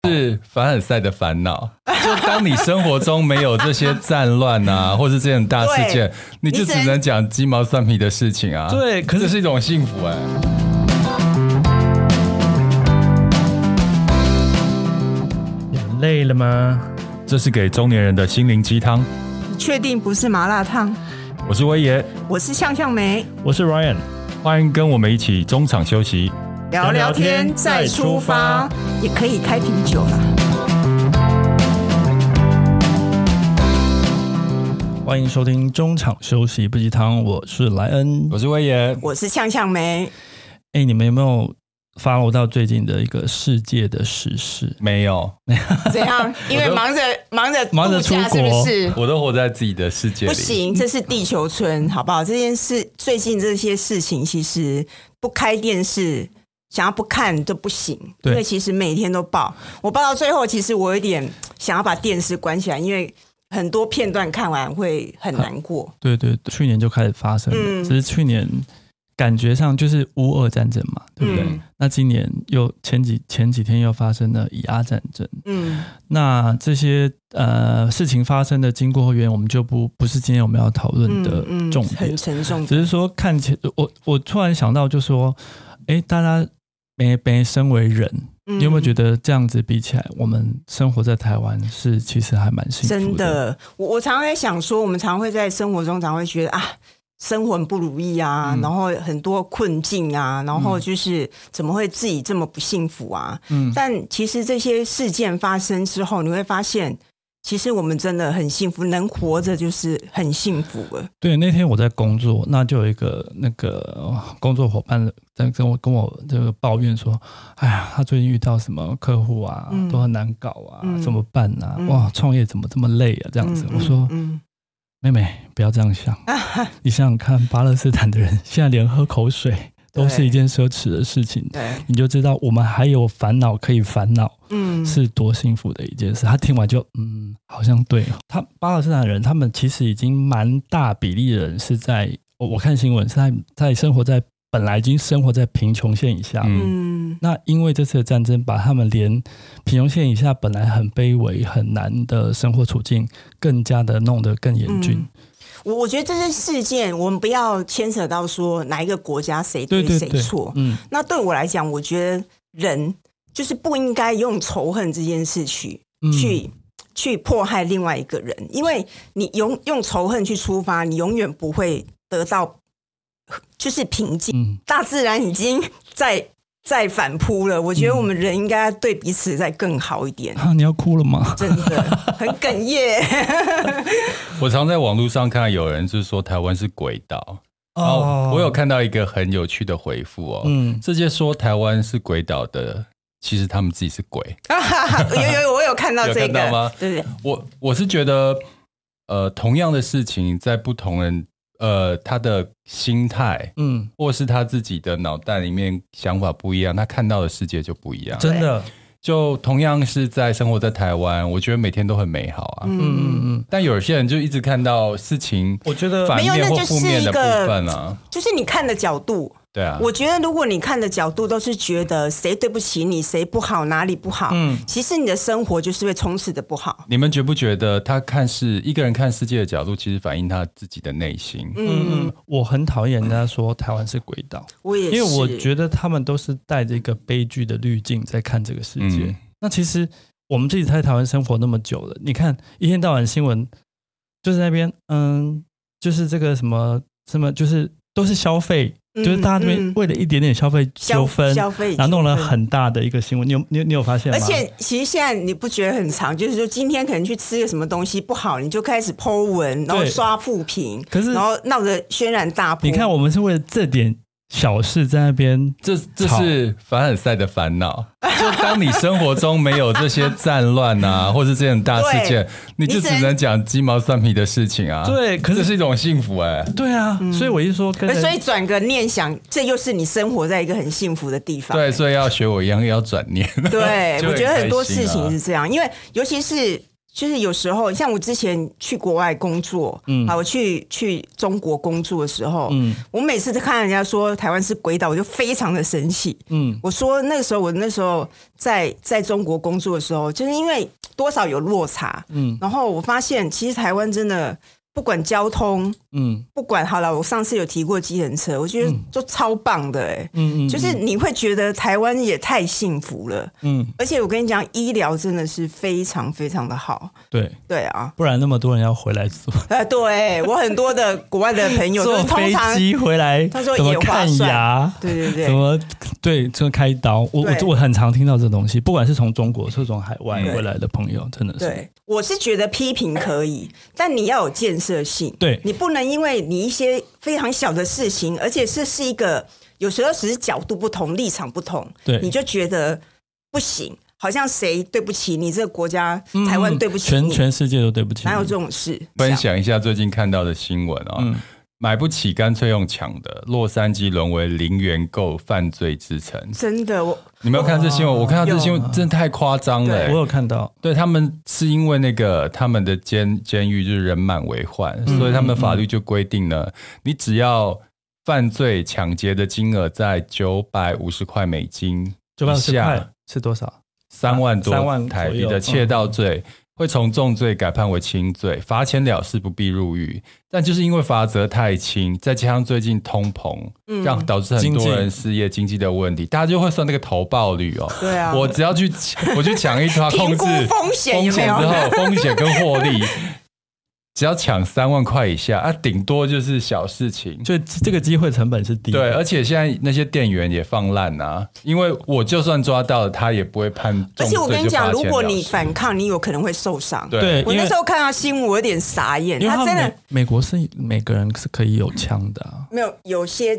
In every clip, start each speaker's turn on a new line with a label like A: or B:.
A: 啊啊
B: 对可是
A: 这是一种幸福哎、
B: 你们累了吗？
A: 这是给中年人的心灵鸡汤。
C: 你确定不是麻辣烫？
A: 我是威爷，
C: 我是向向梅，
B: 我是 Ryan，
A: 欢迎跟我们一起中场休息。
C: 聊聊天再出发，也可以开瓶酒啦。
B: 欢迎收听中场休息不鸡汤，我是莱恩。
A: 我是威爷，
C: 我是向向梅，
B: 哎，你们有没有 follow 到最近的一个世界的时事？
A: 没有，
C: 怎 样？因为忙着忙着
B: 忙着出国
C: 度假是不是？
A: 我都活在自己的世界里。
C: 不行，这是地球村，好不好？这件事最近这些事情，其实不开电视，想要不看都不行，
B: 对
C: 因为其实每天都报，我报到最后，其实我有点想要把电视关起来，因为很多片段看完会很难过。
B: 对对对，去年就开始发生了，
C: 嗯
B: 只是去年感觉上就是乌俄战争嘛，对不对？
C: 嗯
B: 那今年又前几前几天又发生了以阿战争，
C: 嗯，
B: 那这些呃事情发生的经过和原因，我们就不不是今天我们要讨论的
C: 嗯嗯
B: 重点，
C: 很沉重。
B: 只是说看起我我突然想到，就说，哎，大家没没身为人，
C: 嗯
B: 你有没有觉
C: 得？
B: 得这样子比起来，我们生活在台湾是其实还蛮幸福
C: 真
B: 的？
C: 的，我我常常在想说，我们常会在生活中常会觉得啊，生活很不如意啊，
B: 嗯
C: 然后很多困境啊，然后就是怎么会自己这么不幸福啊？
B: 嗯
C: 但其实这些事件发生之后，你会发现，其实我们真的很幸福，能活着就是很幸福了。
B: 对，那天我在工作，那就有一个那个工作伙伴在跟我跟我这个抱怨说，哎呀，他最近遇到什么客户啊，
C: 嗯
B: 都很难搞啊，
C: 嗯
B: 怎么办啊？
C: 嗯
B: 哇，创业怎么这么累啊？
C: 这
B: 这样子，我说，
C: 嗯，
B: 妹妹不要这样想，你想想看，巴勒斯坦的人现在连喝口水都是一件奢侈的事情。
C: 对，
B: 你就知道我们还有烦恼可以烦恼，
C: 嗯，
B: 是多幸福的一件事。他听完就嗯，好像对哦。他巴勒斯坦人，他们其实已经蛮大比例的人是在我我看新闻是在在生活在本来已经生活在贫穷线以下。
A: 嗯
C: 嗯，
B: 那因为这次的战争，把他们连贫穷线以下本来很卑微、很难的生活处境，更加的弄得更严峻。
C: 嗯我我觉得这些事件，我们不要牵扯到说哪一个国家谁
B: 对对
C: 谁
B: 对，
C: 错，
B: 嗯，
C: 那对我来讲，我觉得人就是不应该用仇恨这件事去、
B: 嗯
C: 去去迫害另外一个人，因为你用用仇恨去出发，你永远不会得到就是平静。
B: 嗯，
C: 大自然已经在在反扑了，我觉得我们人应该对彼此再更好一
A: 嗯
C: 点。
B: 啊，你要哭了吗？
C: 真的很哽 咽，
A: 我常在网络上看到有人就是说台湾是鬼岛，然后哦我有，看到一个很有趣的回复哦，
B: 哦嗯，
A: 这些说台湾是鬼岛的，其实他们自己是鬼。
C: 有有有，我有看到
A: 有
C: 这
A: 看
C: 个，
A: 到吗
C: 对对对，
A: 我我是觉得，呃，同样的事情在不同人呃他的心态，
B: 嗯，
A: 或是他自己的脑袋里面想法不一样，他看到的世界就不一样。
B: 真的，
A: 就同样是在生活在台湾，我觉得每天都很美好啊。
B: 嗯嗯嗯，
A: 但有些人就一直看到事情
B: 我觉得
A: 反
C: 没有
A: 面
C: 那
A: 或
C: 就是
A: 负面的部
C: 一个
A: 分啊，
C: 就是你看的角度，
A: 对啊，
C: 我觉得，如果你看的角度都是觉得谁对不起你，谁不好，哪里不好，
B: 嗯
C: 其实你的生活就是会从此的不好。
A: 你们觉不觉得他看是一个人看世界的角度，其实反映他自己的内心？
C: 嗯，
B: 嗯，我很讨厌人家说台湾是鬼岛，
C: 我也
B: 因
C: 是，
B: 为我觉得他们都是带着一个悲剧的滤镜在看这个世界。
A: 嗯
B: 那其实我们自己在台湾生活那么久了，你看一天到晚新闻就是那边，嗯，就是这个什么什么，就是都是消费，
C: 嗯
B: 就是大家这边
C: 嗯
B: 为了一点点消费
C: 消
B: 纠纷，
C: 消费，
B: 然后弄了。很大的一个新闻。你有你有你有发现吗？
C: 而且其实现在你不觉得很长，就是说今天可能去吃个什么东西不好，你就开始剖文，然后刷负评，
B: 可是
C: 然后闹得轩然大波。
B: 你看，我们是为了这点小事在那边
A: 这这是凡尔赛的烦恼。就当你生活中没有这些战乱 啊，或是这种大事件，你就
C: 你只
A: 只能讲鸡毛蒜皮的事情啊。
B: 对可是
A: 这是一种幸福哎、
B: 对啊，所以我就说跟
C: 呃，
B: 人，
C: 所以转个念想，这又是你生活在一个很幸福的地方。
A: 对，所以要学我一样要转念。
C: 对，
A: 就
C: 我
A: 很
C: 觉得很多
A: 开心
C: 事
A: 啊
C: 情是这样，因为尤其是就是有时候，像我之前去国外工作，
B: 嗯
C: 啊，我去去中国工作的时候，
B: 嗯
C: 我每次看人家说台湾是鬼岛，我就非常的生气。
B: 嗯
C: 我说那个时候，我那时候在在中国工作的时候，就是因为多少有落差，
B: 嗯
C: 然后我发现其实台湾真的不管交通，
B: 嗯
C: 不管好了，我上次有提过机人车，我觉得都超棒的哎、
B: 嗯嗯，
C: 就是你会觉得台湾也太幸福了，
B: 嗯
C: 而且我跟你讲，医疗真的是非常非常的好，
B: 对，
C: 对啊，
B: 不然那么多人要回来做
C: 呃，对我很多的国外的朋友，就是
B: 坐
C: 通
B: 飞
C: 常
B: 机回来，
C: 他说
B: 怎么
C: 也划
B: 看
C: 算
B: 牙？
C: 对对对
B: 怎，么对，这个开刀，我我
C: 对
B: 我很常听到这东西，不管是从中国，是从海外
C: 对
B: 回来的朋友，真的是，
C: 对，我是觉得批评可以，但你要有建设性。
B: 对
C: 你不能因为你一些非常小的事情，而且这是一个有时候只是角度不同、立场不同，
B: 对
C: 你就觉得不行，好像谁对不起你这个国家，台湾对不起
B: 嗯全
C: 你，
B: 全世界都对不起你，
C: 哪有这种事？
A: 分享一下最近看到的新闻啊、
B: 嗯
A: 买不起干脆用抢的，洛杉矶沦为零元购犯罪之城。
C: 真的，我
A: 你没有看这新闻？我看到这新
B: 哦有
A: 闻真的太夸张了、欸
B: 我有看到，
A: 对他们是因为那个他们的监监狱就是人满为患，所以他们法律就规定了，你只要犯罪抢劫的金额在九百五十块美金
B: 九百五十
A: 以下
B: 块是多少？
A: 三万多
B: 三万
A: 台币
B: 左右嗯
A: 的窃盗罪，会从重罪改判为轻罪，罚钱了事，不必入狱。但就是因为罚则太轻，再加上最近通膨，
C: 嗯
A: 让导致很
B: 经济
A: 多人失业、经济的问题，大家就会算那个投报率哦。
C: 对啊
A: 我只要去我去抢一抓控
C: 评估
A: 制
C: 风险有没有
A: 风险之后， 风险跟获利。只要抢三万块以下啊，顶多就是小事情，
B: 就这个机会成本是低
A: 对，
B: 的，
A: 而且现在那些店员也放烂啊，因为我就算抓到了，他也不会判重罪。
C: 而且我跟你
A: 就罚
C: 讲，
A: 钱
C: 如果你
A: 了事
C: 反抗，你有可能会受伤。
A: 对
B: 对，
C: 我
B: 因
C: 那
B: 为
C: 时候看到新闻，我有点傻眼，
B: 因为
C: 他
B: 他
C: 真的
B: 美美国是每个人是可以有枪的啊，
C: 没有有些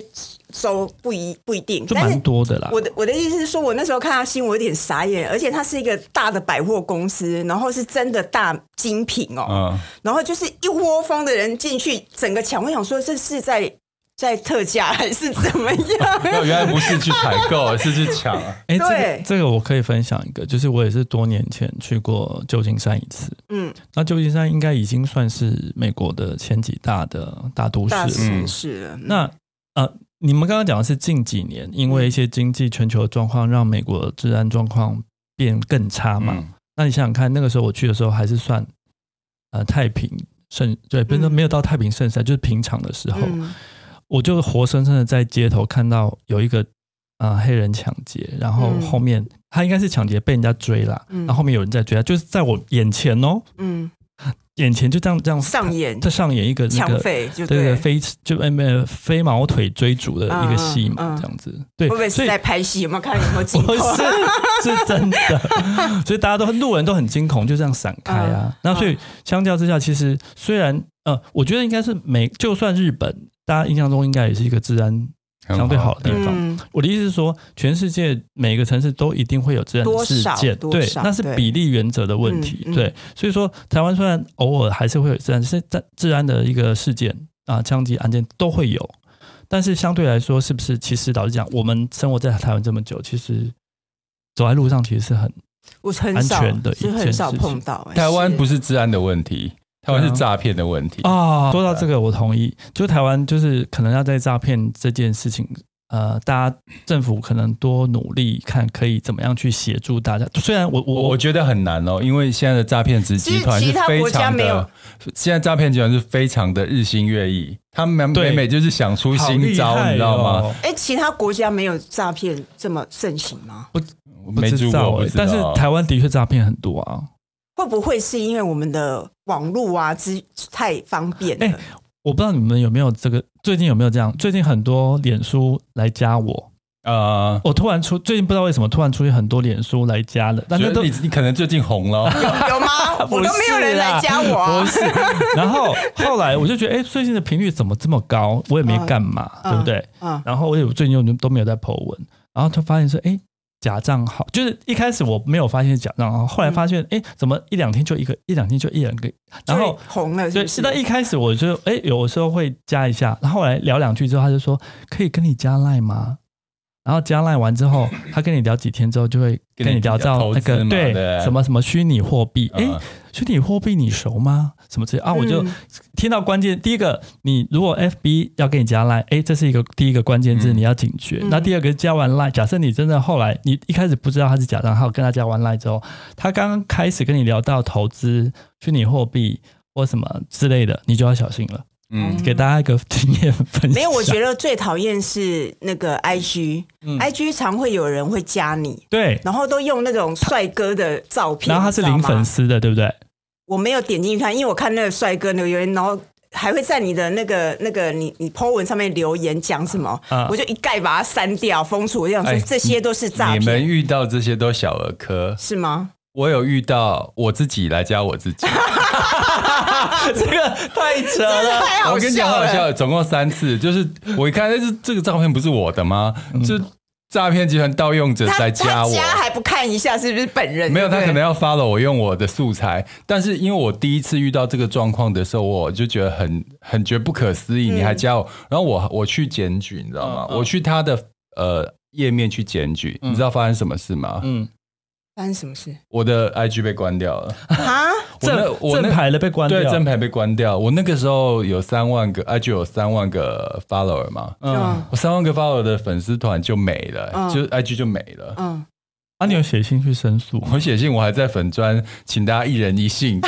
C: 州不一不一定，
B: 就
C: 但是
B: 蛮多的啦。啊
C: 我的我的意思是说，我那时候看到新闻我有点傻眼，而且它是一个大的百货公司，然后是真的大精品哦，
A: 嗯，
C: 然后就是一窝蜂的人进去，整个抢。我想说这是在在特价还是怎么
A: 没有，
C: 样？
A: 原来不是去采购，是去抢啊。
B: 哎，这个
C: 对
B: 这个我可以分享一个，就是我也是多年前去过旧金山一次。
C: 嗯，
B: 那旧金山应该已经算是美国的前几大的大都市
C: 大
B: 了。
C: 城市了，
B: 那呃，你们刚刚讲的是近几年，因为一些经济全球的状况，让美国的治安状况变更差嘛。
A: 嗯
B: 那你想想看，那个时候我去的时候还是算呃太平盛，对，不是说
C: 嗯
B: 没有到太平盛世，就是平常的时候，
C: 嗯
B: 我就活生生的在街头看到有一个呃黑人抢劫，然后
C: 嗯
B: 后面、他应该是抢劫被人家追啦，
C: 嗯
B: 然后后面有人在追他，就是在我眼前哦，
C: 嗯，
B: 眼前就这样这样
C: 上演
B: 在上演一个那
C: 抢
B: 个
C: 匪就
B: 对对，
C: 对，会
B: 飞就呃没有飞毛腿追逐的一个戏
C: 嗯嗯
B: 嘛，这样子，对
C: 不，会
B: 所
C: 是
B: 以
C: 在拍戏？有没有看有没有镜
B: 不
C: 头？啊
B: 是是 真的，所以大家都路人都很惊恐，就这样闪开
C: 嗯
B: 啊。那所以相较之下，其实虽然呃，我觉得应该是美，就算日本，大家印象中应该也是一个治安
A: 很
B: 相对好的地方。
C: 嗯
B: 我的意思是说，全世界每个城市都一定会有这样的
C: 多
B: 事
C: 少
B: 件，
C: 多
B: 对，
C: 少
B: 那是
C: 对
B: 比例原则的问题，
C: 嗯嗯
B: 对。所以说，台湾虽然偶尔还是会有治安，是在治安的一个事件啊，枪击案件都会有，但是相对来说，是不是？其实老实讲，我们生活在台湾这么久，其实走在路上其实是很
C: 我很
B: 安
C: 少
B: 全的，一
C: 就很
B: 件
C: 少
B: 事
C: 碰
B: 情
C: 到。哎
A: 台湾
C: 是
A: 不是治安的问题，台湾是诈骗的问题。
B: 啊。说到这个，我同意，就台湾就是可能要在诈骗这件事情。呃，大家政府可能多努力，看可以怎么样去协助大家。虽然我
A: 我我觉得很难哦，因为现在的诈骗集
C: 其实
A: 集团是
C: 其他
A: 非
C: 国家
A: 常
C: 没有
A: 的，现在诈骗集团是非常的日新月异，他们每
B: 对
A: 每就是想出
B: 好
A: 新
B: 厉
A: 招，
B: 害
A: 你知道吗？
B: 哦？
C: 哎、其他国家没有诈骗这么盛行吗？
A: 我
B: 不
A: 没
B: 知
A: 住过，
B: 道
A: 我不
B: 欸
A: 知道
B: 但是台湾的确诈骗很多啊。
C: 会不会是因为我们的网络啊，之太方便了？
B: 哎我不知道你们有没有这个，最近有没有这样？最近很多脸书来加我，
A: 呃，
B: 我突然出，最近不知道为什么突然出现很多脸书来加了，但
A: 觉
B: 那
A: 得
B: 都
A: 你你可能最近红 了哦。
C: 有吗？
B: 哎 不
C: 我都没有人来加我、
B: 不
C: 啊。
B: 是。然后后来我就觉得，哎、最近的频率怎么这么高？我也没干嘛，
C: 嗯
B: 对不对？
C: 嗯
B: 然后我也最近又都没有在 po 文，然后就发现说，哎、假账号就是一开始我没有发现是假账号，后来发现，哎、怎么一两天就一个，一两天就一两个，然后
C: 就红了是
B: 对，
C: 不
B: 是
C: 是？
B: 到一开始我就哎、有时候会加一下，然后后来聊两句之后，他就说可以跟你加赖吗？然后加赖完之后，他跟你聊几天之后，就会
A: 跟你
B: 跟你聊到那
A: 投资
B: 个
A: 嘛
B: 对
A: 对
B: 什么什么虚拟货币，哎、
A: 嗯
B: 虚拟货币你熟吗？什么之类啊？我就
C: 嗯
B: 听到关键第一个，你如果 FB 要跟你加 Line，哎，这是一个第一个关键字，
A: 嗯
B: 你要警觉。
C: 嗯
B: 那、第二个加完 Line，假设你真的后来你一开始不知道他是假账号，跟他加完 Line 之后，他刚刚开始跟你聊到投资、虚拟货币或什么之类的，你就要小心了。
A: 嗯
B: 给大家一个经验分享。
C: 没有，我觉得最讨厌是那个 IG，IG、IG
B: 嗯
C: 常会有人会加你，
B: 对，
C: 然后都用那种帅哥的照片，
B: 然后他是
C: 你知道
B: 零
C: 吗
B: 粉丝的，对不对？
C: 我没有点进去看，因为我看那个帅哥留言，然后还会在你的那个那个你你 po 文上面留言讲什么，
B: 啊
C: 我就一概把它删掉封除。我就想说
A: 嗯哎
C: 这些都是诈
A: 你们
C: 骗，
A: 遇到这些都小儿科，
C: 是吗？
A: 我有遇到我自己来加我自 己，
B: 这个太扯
C: 真的
B: 了。
C: 太好
A: 啊我跟你讲
C: 笑
A: 好
C: 了。
A: 笑，总共三次，就是我一看，但是这个照片不是我的吗？就诈骗集团盗用者
C: 他
A: 在
C: 嗯他
A: 加我，
C: 还不看一下是不是本人？
A: 没有，他
C: 对不对
A: 可能要 follow 我用我的素材，但是因为我第一次遇到这个状况的时候，我就觉得很很觉得不可思议，
C: 嗯
A: 你还加我，然后我我去检举，你知道吗？
B: 嗯嗯
A: 我去他的呃页面去检举，
B: 嗯
A: 你知道发生什么事吗？
B: 嗯，
C: 发生什么事
A: 我的 IG 被关掉了，
C: 啊？
A: 我那
B: 正
A: 我那
B: 正牌的被关掉，
A: 对正牌被关掉，我那个时候有三万个 IG 有三万个 follower 嘛，
B: 嗯
C: 嗯
A: 我三万个 follower 的粉丝团就没了，
C: 嗯
A: 就 IG 就没了。
C: 嗯，
B: 啊，你有写信去申诉，
A: 我写信，我还在粉砖，请大家一人一信。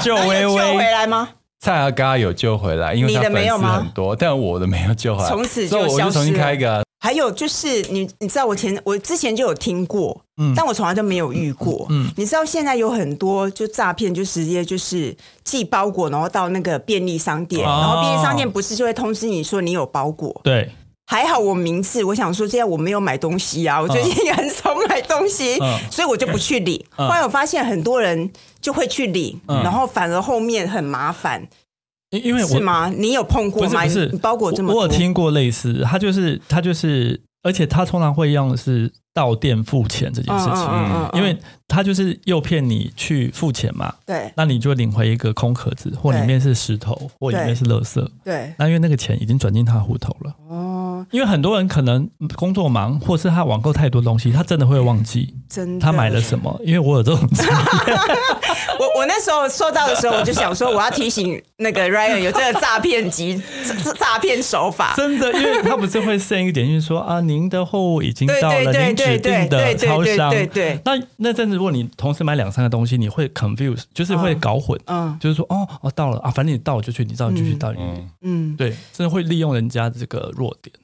B: 救
C: 那
B: 微
C: 有救回
B: 微，
C: 来吗？
A: 蔡阿嘎有救回来，因为
C: 你
A: 他
C: 的
A: 粉
C: 没有
A: 丝
C: 吗
A: 很多，但我的没有救回来，
C: 从此就
A: 所以我就
C: 消失
A: 重新开一个啊。
C: 还有就是你，你知道我前我之前就有听过，
B: 嗯
C: 但我从来都没有遇过。
B: 嗯嗯
C: 你知道现在有很多就诈骗，就直接就是寄包裹，然后到那个便利商店，
B: 哦
C: 然后便利商店不是就会通知你说你有包裹。
B: 对，
C: 还好我明智，我想说这样我没有买东西啊，我最近也很少买东西，
B: 嗯
C: 所以我就不去领。
B: 嗯
C: 后来我发现很多人就会去领，
B: 嗯
C: 然后反而后面很麻烦，
B: 因因为
C: 是
B: 我
C: 吗？你有碰过
B: 不是
C: 吗？
B: 不是
C: 你包裹这么
B: 我
C: 多，
B: 我有听过类似，他就是他就是，而且他通常会用的是到店付钱这件事
C: 嗯
B: 情，因为他就是诱骗你去付钱嘛，
C: 对
B: 那你就领回一个空壳子，或
C: 对
B: 里面是石头，或里
C: 对
B: 面是垃圾，
C: 对
B: 那因为那个钱已经转进他户头了。
C: 哦，
B: 因为很多人可能工作忙，或是他网购太多东西，他真的会忘记
C: 真的
B: 他买了什么。因为我有这种经历，
C: 我我那时候收到的时候，我就想说，我要提醒那个 Ryan 有这个诈骗集这这诈骗手 法。
B: 真的，因为他不是会 send 一个简讯说啊，您的货物已经
C: 对
B: 到
C: 对
B: 了
C: 对
B: 您
C: 对
B: 指
C: 对
B: 定
C: 对
B: 的超
C: 对
B: 商。
C: 对对，
B: 那那阵子，如果你同时买两三个东西，你会 confuse，就是会搞混，
C: 嗯
B: 就是说哦哦到了啊，反正你到我就去，你到你就去，到你就去
A: 嗯，
C: 嗯，
B: 对，真的会利用人家这个弱点。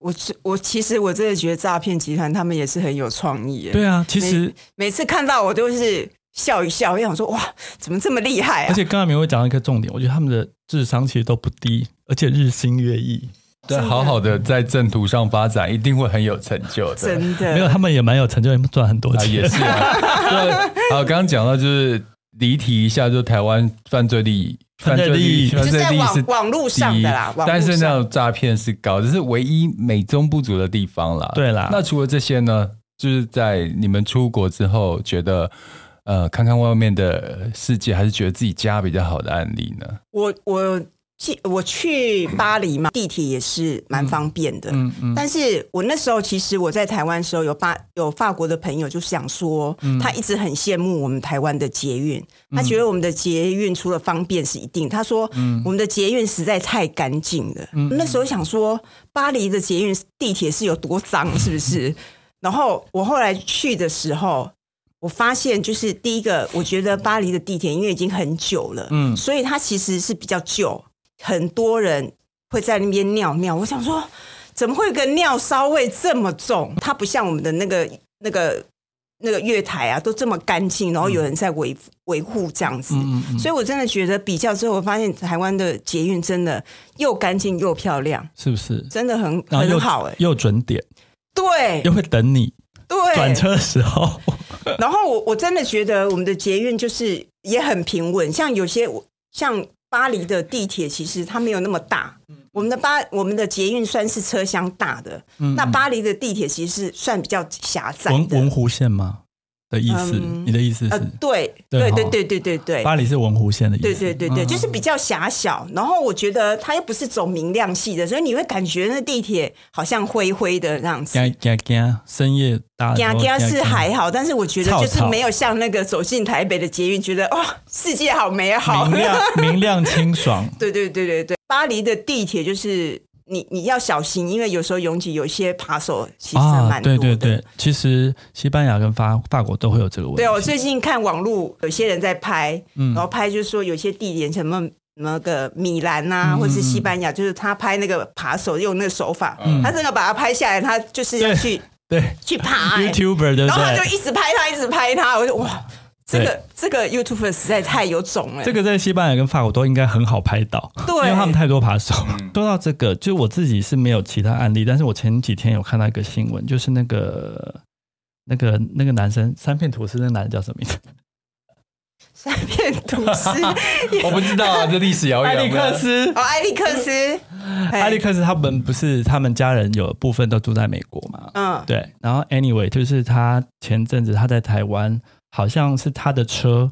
C: 我是我其实我真的觉得诈骗集团他们也是很有创意耶。
B: 对啊，其实
C: 每次看到我都是笑一笑，我想说哇，怎么这么厉害
B: 而
C: 啊？
B: 且刚才没有讲到一个重点，我觉得他们的智商其实都不低，而且日新月 异。
A: 对，好好的在正途上发展，一定会很有成就的。
C: 真的
B: 呃没有，他们也蛮有成就，赚很多
A: 啊，
B: 钱。
A: 也是啊。对，好，刚刚讲到就是离题一下，就台湾犯罪率，
B: 犯罪率
A: 犯
C: 就是
A: 罪
C: 在
A: 率
C: 网
A: 是
C: 网络上的啦
A: 低
C: 网络上
A: 但是那种诈骗是高，这是唯一美中不足的地方啦。
B: 对啦
A: 那除了这些呢，就是在你们出国之后，觉得呃，看看外面的世界，还是觉得自己家比较好的案例呢？
C: 我我记我去巴黎嘛，地铁也是蛮方便的。
B: 嗯嗯，
C: 但是我那时候其实我在台湾的时候有法有法国的朋友就想说，他一直很羡慕我们台湾的捷运，他觉得我们的捷运除了方便是一定，他说我们的捷运实在太干净了。那时候想说，巴黎的捷运地铁是有多脏，是不是？然后我后来去的时候。我发现，就是第一个，我觉得巴黎的地铁因为已经很久了，嗯，所以它其实是比较旧，很多人会在那边尿尿。我想说，怎么会有个尿骚味这么重？它不像我们的那个那个那个月台啊，都这么干净，然后有人在维维护这样
B: 嗯
C: 子。所以我真的觉得比较之后，我发现台湾的捷运真的又干净又漂亮，
B: 是不是？
C: 真的很
B: 然后又
C: 很好哎、
B: 又准点，
C: 对
B: 又会等你
C: 对，
B: 转车的时候。
C: 然后我我真的觉得我们的捷运就是也很平稳，像有些像巴黎的地铁，其实它没有那么大。
B: 嗯
C: 我们的巴我们的捷运算是车厢大的，那巴黎的地铁其实是算比较狭窄
B: 嗯文
C: 的
B: 文。湖线吗？的意思，
C: 嗯
B: 你的意思是、
C: 呃，对，
B: 对
C: 对
B: 哈
C: 对对对对对。
B: 巴黎嗯是文湖线的意思，
C: 对对对对，就是比较狭小，然后我觉得它又不是走明亮系的，所以你会感觉那地铁好像灰灰的这样子。
B: 嘎嘎嘎，深夜搭的时
C: 家
B: 候
C: 家是
B: 嘎嘎
C: 还好，但是我觉得
B: 吵
C: 就
B: 吵
C: 是没有像那个走进台北的捷运，觉得哦，世界好美好
B: 明。亮明亮清爽，
C: 对对对对对，巴黎的地铁就是你你要小心，因为有时候拥挤，有些扒手其实还蛮多
B: 对
C: 的。
B: 啊对对，其实西班牙跟法法国都会有这个问题。
C: 对我最近看网络，有些人在拍，
B: 嗯
C: 然后拍就说有些地点什么什么个米兰
B: 嗯
C: 啊，或是西班牙，就是他拍那个扒手用那个手法，他真的把它拍下来，他就是要
B: 啊对
C: 去
B: 嗯对
C: 去 爬、欸
B: YouTuber 对
C: 然
B: 不
C: 后他就
B: 对？
C: 一直拍他，一直拍他，我就哇，这
B: 对
C: 个这个 YouTube 实在太有种了。
B: 这个在西班牙跟法国都应该很好拍到，
C: 对
B: 因为他们太多扒手。 说到这个，就我自己是没有其他案例，但是我前几天有看到一个新闻，就是那个那个那个男生三片吐司，那个男的叫什么名字？
C: 三片吐司，
A: 我不知道啊，这历史遥
B: 埃
A: 远。
B: 里克斯
C: 哦，。艾利克斯，
B: 埃
C: 艾
B: 里，克斯他们不是他们家人有部分都住在美国嘛？
C: 嗯，
B: 对，然后 anyway，就是他前阵子他在台湾，好像是他的车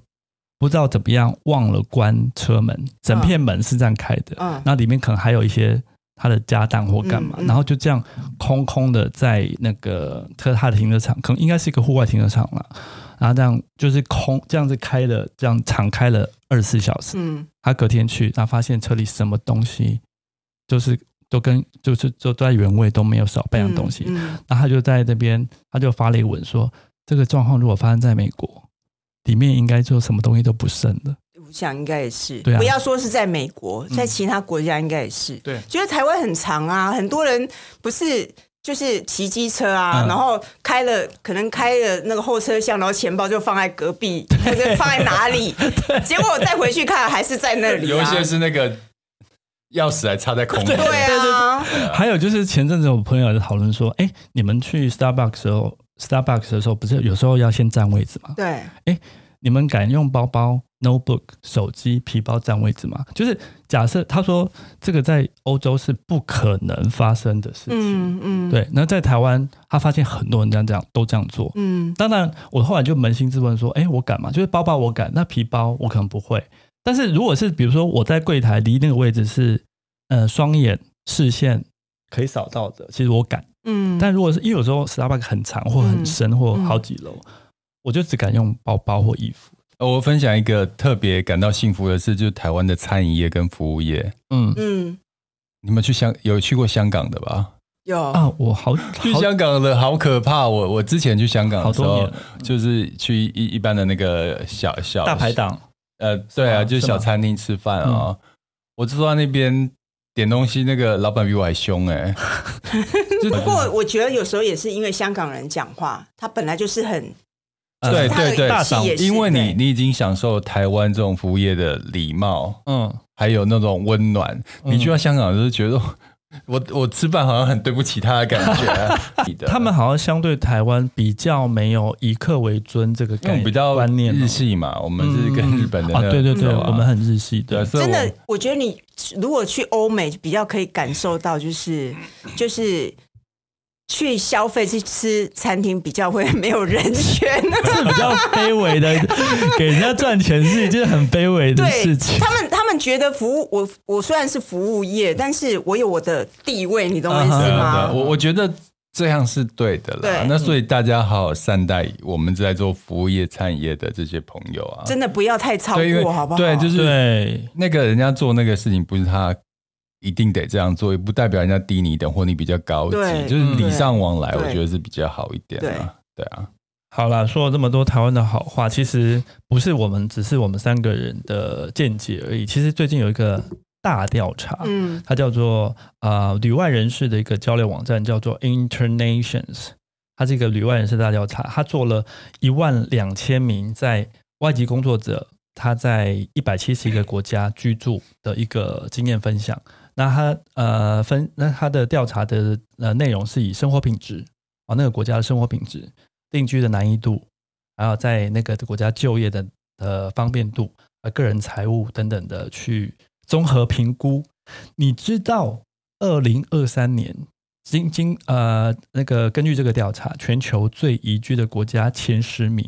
B: 不知道怎么样忘了关车门，整
C: 嗯
B: 片门是这样开的，
C: 嗯
B: 然后里面可能还有一些他的家当或干嘛，
C: 嗯嗯
B: 然后就这样空空的在那个特他的停车场，可能应该是一个户外停车场啦，然后这样就是空这样子开了，这样敞开了二十四小时，
C: 嗯，
B: 他隔天去，他发现车里什么东西就是都跟就是就都在原位，都没有少半样东西。
C: 嗯
B: 那他就在这边，他就发了一个文说，这个状况如果发生在美国，里面应该就什么东西都不剩的。
C: 我想应该也是，
B: 对啊
C: 不要说是在美国，在其他国家应该也是。
A: 对
C: 觉得台湾很长啊，很多人不是就是骑机车啊，
B: 嗯
C: 然后开了可能开了那个后车厢，然后钱包就放在隔壁，或者放在哪里，结果我再回去看还是在那里、啊。
A: 有一些是那个钥匙还插在空中，
C: 对啊，
B: 还有就是前阵子我朋友在讨论说，哎、你们去 Starbucks 的时候，Starbucks 的时候不是有时候要先占位置吗？
C: 对，
B: 你们敢用包包、notebook、手机、皮包占位置吗？就是假设他说这个在欧洲是不可能发生的事情，
C: 嗯嗯，，
B: 对。那在台湾，他发现很多人这样这样都这样做，
C: 嗯
B: 当然，我后来就扪心自问说，哎，我敢吗？就是包包我敢，那皮包我可能不会。但是如果是比如说我在柜台离那个位置是呃双眼视线可以扫到的，其实我敢。
C: 嗯，
B: 但如果是因为有时候 Starbucks 很长或很深或好几楼，我就只敢用包包或衣服。
A: 呃我分享一个特别感到幸福的事，就是台湾的餐饮业跟服务业。
B: 嗯
C: 嗯
A: 你们去香有去过香港的吧？
C: 有
B: 啊，我好
A: 去
B: 好
A: 香港的好可怕！我我之前去香港
B: 好
A: 的时
B: 多
A: 候
B: 年了，
A: 就是去一一般的那个小小
B: 大排档，
A: 呃，对啊，
B: 啊
A: 就是
B: 是吗嗯
A: 小餐厅吃饭啊、我就坐在那边点东西，那个老板比我还凶哎、就
C: 不过我觉得有时候也是因为香港人讲话，他本来就是很
B: 呃
A: 对
C: 他的
A: 对对
C: 语气也是
A: 因为你
C: 对
A: 你已经享受台湾这种服务业的礼貌，
B: 嗯，
A: 还有那种温暖，
B: 嗯
A: 你去到香港就是觉得。 我我吃饭好像很对不起他的感 觉，
B: 他们好像相对台湾比较没有以客为尊这个
A: 因为我
B: 概
A: 们比较
B: 观念哦
A: 日系嘛，我们是跟日本的
B: 啊，
A: 那个
B: 对对对，
A: 走啊
B: 我们很日系
A: 对，，
B: 的
A: 所以
C: 真
A: 我
C: 的，我觉得你如果去欧美，比较可以感受到，就是就是去消费去吃餐厅比较会没有人 权。
B: 是比较卑微的，给人家赚钱是一件很卑微的
C: 对
B: 事情。
C: 他们，他们觉得服务我，我虽然是服务业，但是我有我的地位，你懂我意思
B: 啊
A: 对啊
C: 吗
A: 对啊我我觉得这样是对的啦
C: 对。嗯
A: 那所以大家好好善待我们在做服务业、餐饮业的这些朋友啊，
C: 真的不要太超
A: 对，因为
C: 过，好不好？
A: 对，就是
B: 对，
A: 那个人家做那个事情，不是他一定得这样做，也不代表人家低你一等或你比较高级，
C: 对
A: 就是礼尚往来，
C: 对
A: 我觉得是比较好一点啊。对啊，
B: 好啦，说了这么多台湾的好话，其实不是我们，只是我们三个人的见解而已。其实最近有一个大调查，
C: 嗯
B: 它叫做呃旅外人士的一个交流网站，叫做 Internations。它是一个旅外人士大调查，它做了一万两千名在外籍工作者，他在一百七十一个国家居住的一个经验分享。那它呃分那它的调查的呃内容是以生活品质啊、那个国家的生活品质、定居的难易度，还有在那个国家就业的呃方便度啊、个人财务等等的去综合评估。你知道，二零二三年今今呃那个根据这个调查，全球最宜居的国家前十名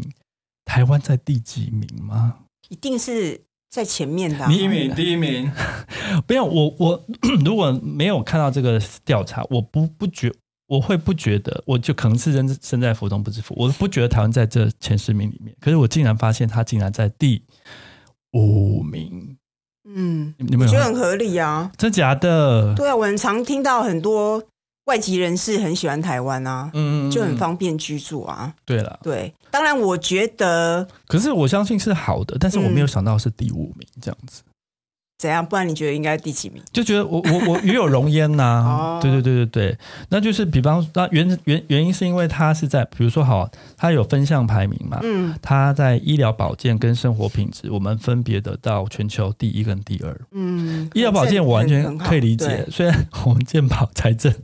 B: 台湾在第几名吗？
C: 一定是在前面的啊、
A: 第一名，第一名，
B: 没有，我我 如果没有看到这个调查，我不不觉，我会不觉得，我就可能是身身在福中不知福，我不觉得台湾在这前十名里面，可是我竟然发现他竟然在第五名，
C: 嗯，
B: 你你
C: 我
B: 们
C: 觉
B: 有
C: 得很合理啊。
B: 真假的？
C: 对啊，我很常听到很多外籍人士很喜欢台湾啊，
B: 嗯，嗯
C: 就很。方便居住啊。
B: 对了，
C: 对，当然我觉得
B: 可是我相信是好的，但是我没有
C: 嗯
B: 想到是第五名这样子，
C: 怎样，不然你觉得应该第几名？
B: 就觉得我我我与有容焉呐、
C: 哦
B: 对对对对对，那就是比方那原原原因是因为他是在比如说好，他有分项排名嘛，
C: 嗯
B: 它在医疗保健跟生活品质，我们分别得到全球第一跟第二。
C: 嗯，
B: 医疗保健我完
C: 这
B: 全
C: 很
B: 可以理解，，虽然我们健保财政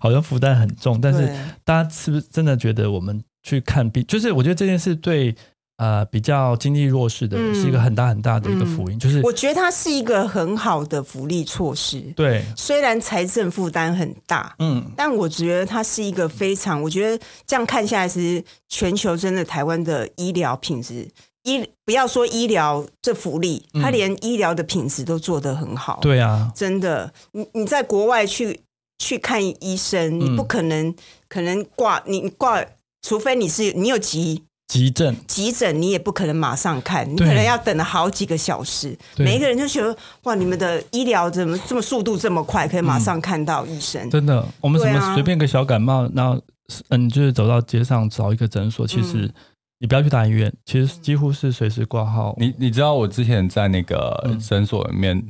B: 好像负担很重，但
C: 很好对
B: 是大家是不是真的觉得我们去看病，就是我觉得这件事对呃比较经济弱势的人
C: 嗯
B: 是一个很大很大的一个福音，就是
C: 对我觉得它是一个很好的福利措施，
B: 对，
C: 虽然财政负担很大。
B: 嗯
C: 但我觉得它是一个非常，我觉得这样看下来，其实全球真的台湾的医疗品质，医不要说医疗这福利，
B: 嗯
C: 它连医疗的品质都做得很好。
B: 对啊，
C: 真的，你你在国外去去看医生，你不可能、可能挂你挂，除非你是你有急
B: 急症
C: 急诊，你也不可能马上看，你
B: 对
C: 可能要等了好几个小时。
B: 对
C: 每一个人就觉得哇，你们的医疗怎么这么速度这么快，可以马上看到医生？
B: 真的，我们什
C: 对
B: 么
C: 啊
B: 随便个小感冒，然后嗯，就是走到街上找一个诊所，其实你不要去大医院，其实几乎是随时挂号。
A: 你你知道我之前在那个
B: 嗯
A: 诊所里面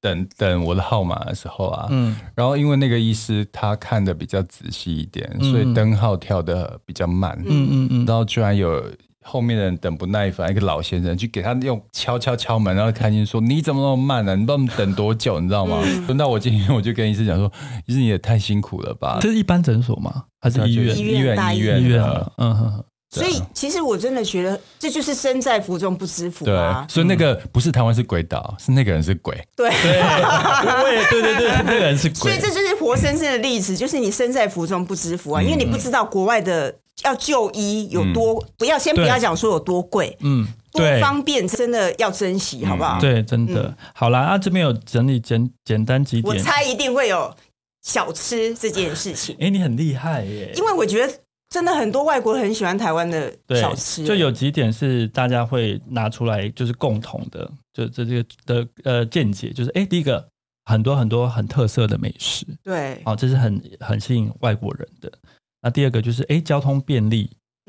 A: 等等我的号码的时候啊，
B: 嗯，
A: 然后因为那个医师他看的比较仔细一点，
B: 嗯
A: 所以灯号跳的比较慢，
B: 嗯嗯
A: 然后居然有后面的人等不耐烦，一个老先生去给他用敲敲敲门，然后开心说：“你怎么那么慢呢、啊？你帮我们等多久？你知道吗？”
B: 嗯
A: 轮到我今天，我就跟医师讲说：“医师你也太辛苦了吧
B: 嗯，这是一般诊所吗？还是？”医院？
A: 医
C: 医
A: 院
C: 院
A: 医
B: 医
A: 院
B: 院
A: 的
B: 啊，嗯哼哼，
C: 所以其实我真的觉得这就是身在福中不知福
A: 对
C: 啊，。
A: 所以那个不是台湾是鬼岛，是那个人是鬼。
C: 对。
B: 对对对对，那个人是
C: 所以这就是活生生的例子，就是你身在福中不知福啊，因为你不知道国外的要就医有多，不要先不
B: 对
C: 要讲说有多贵，
B: 嗯，
C: 多
B: 对嗯
C: 方便真的要珍惜，好不好？
B: 对，真的。好啦，啊，这边有整理简简单几
C: 嗯我
B: 点。
C: 猜一定会有小吃这件事情，
B: 哎，你很厉害耶
C: 因！为我觉得真的很多外国人很喜欢台湾的
B: 对
C: 小，吃，
B: 就有几点是大家会拿出来，就是共同的，就这这个的呃见解，就是哎，诶第一个很多很多很特色的美食，
C: 对，
B: 哦，这是很很吸引外国人的。那第二个就是哎，诶交通便利，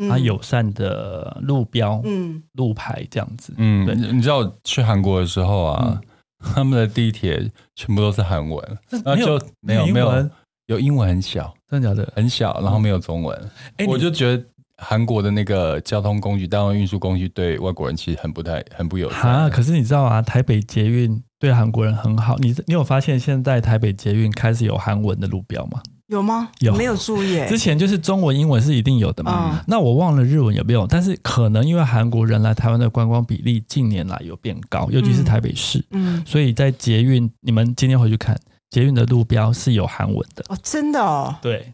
B: 它友善的路标、
C: 嗯，
B: 路牌这样子。
A: 嗯
B: 对，
A: 你知道我去韩国的时候
B: 嗯
A: 啊，他们的地铁全部都是韩文，然后
B: 没有
A: 就没有没
B: 英
A: 有
B: 文
A: 有英文很小
B: 真的假的？
A: 很小，然后没有中文。
B: 哎，
A: 我
B: 你
A: 就觉得韩国的那个交通工具、大众运输工具对外国人其实很不太、很不友
B: 哈，
A: 善。
B: 可是你知道啊，台北捷运对韩国人很好。你你有发现现在台北捷运开始有韩文的路标吗？
C: 有吗？
B: 有
C: 没有注意、欸
B: 之？前就是中文、英文是一定有的嘛。
C: 嗯
B: 那我忘了日文有没有，但是可能因为韩国人来台湾的观光比例近年来有变高，尤其是
C: 嗯
B: 台北市，
C: 嗯，
B: 所以在捷运，你们今天回去看捷运的路标是有韩文的。
C: 哦，真的哦。
B: 对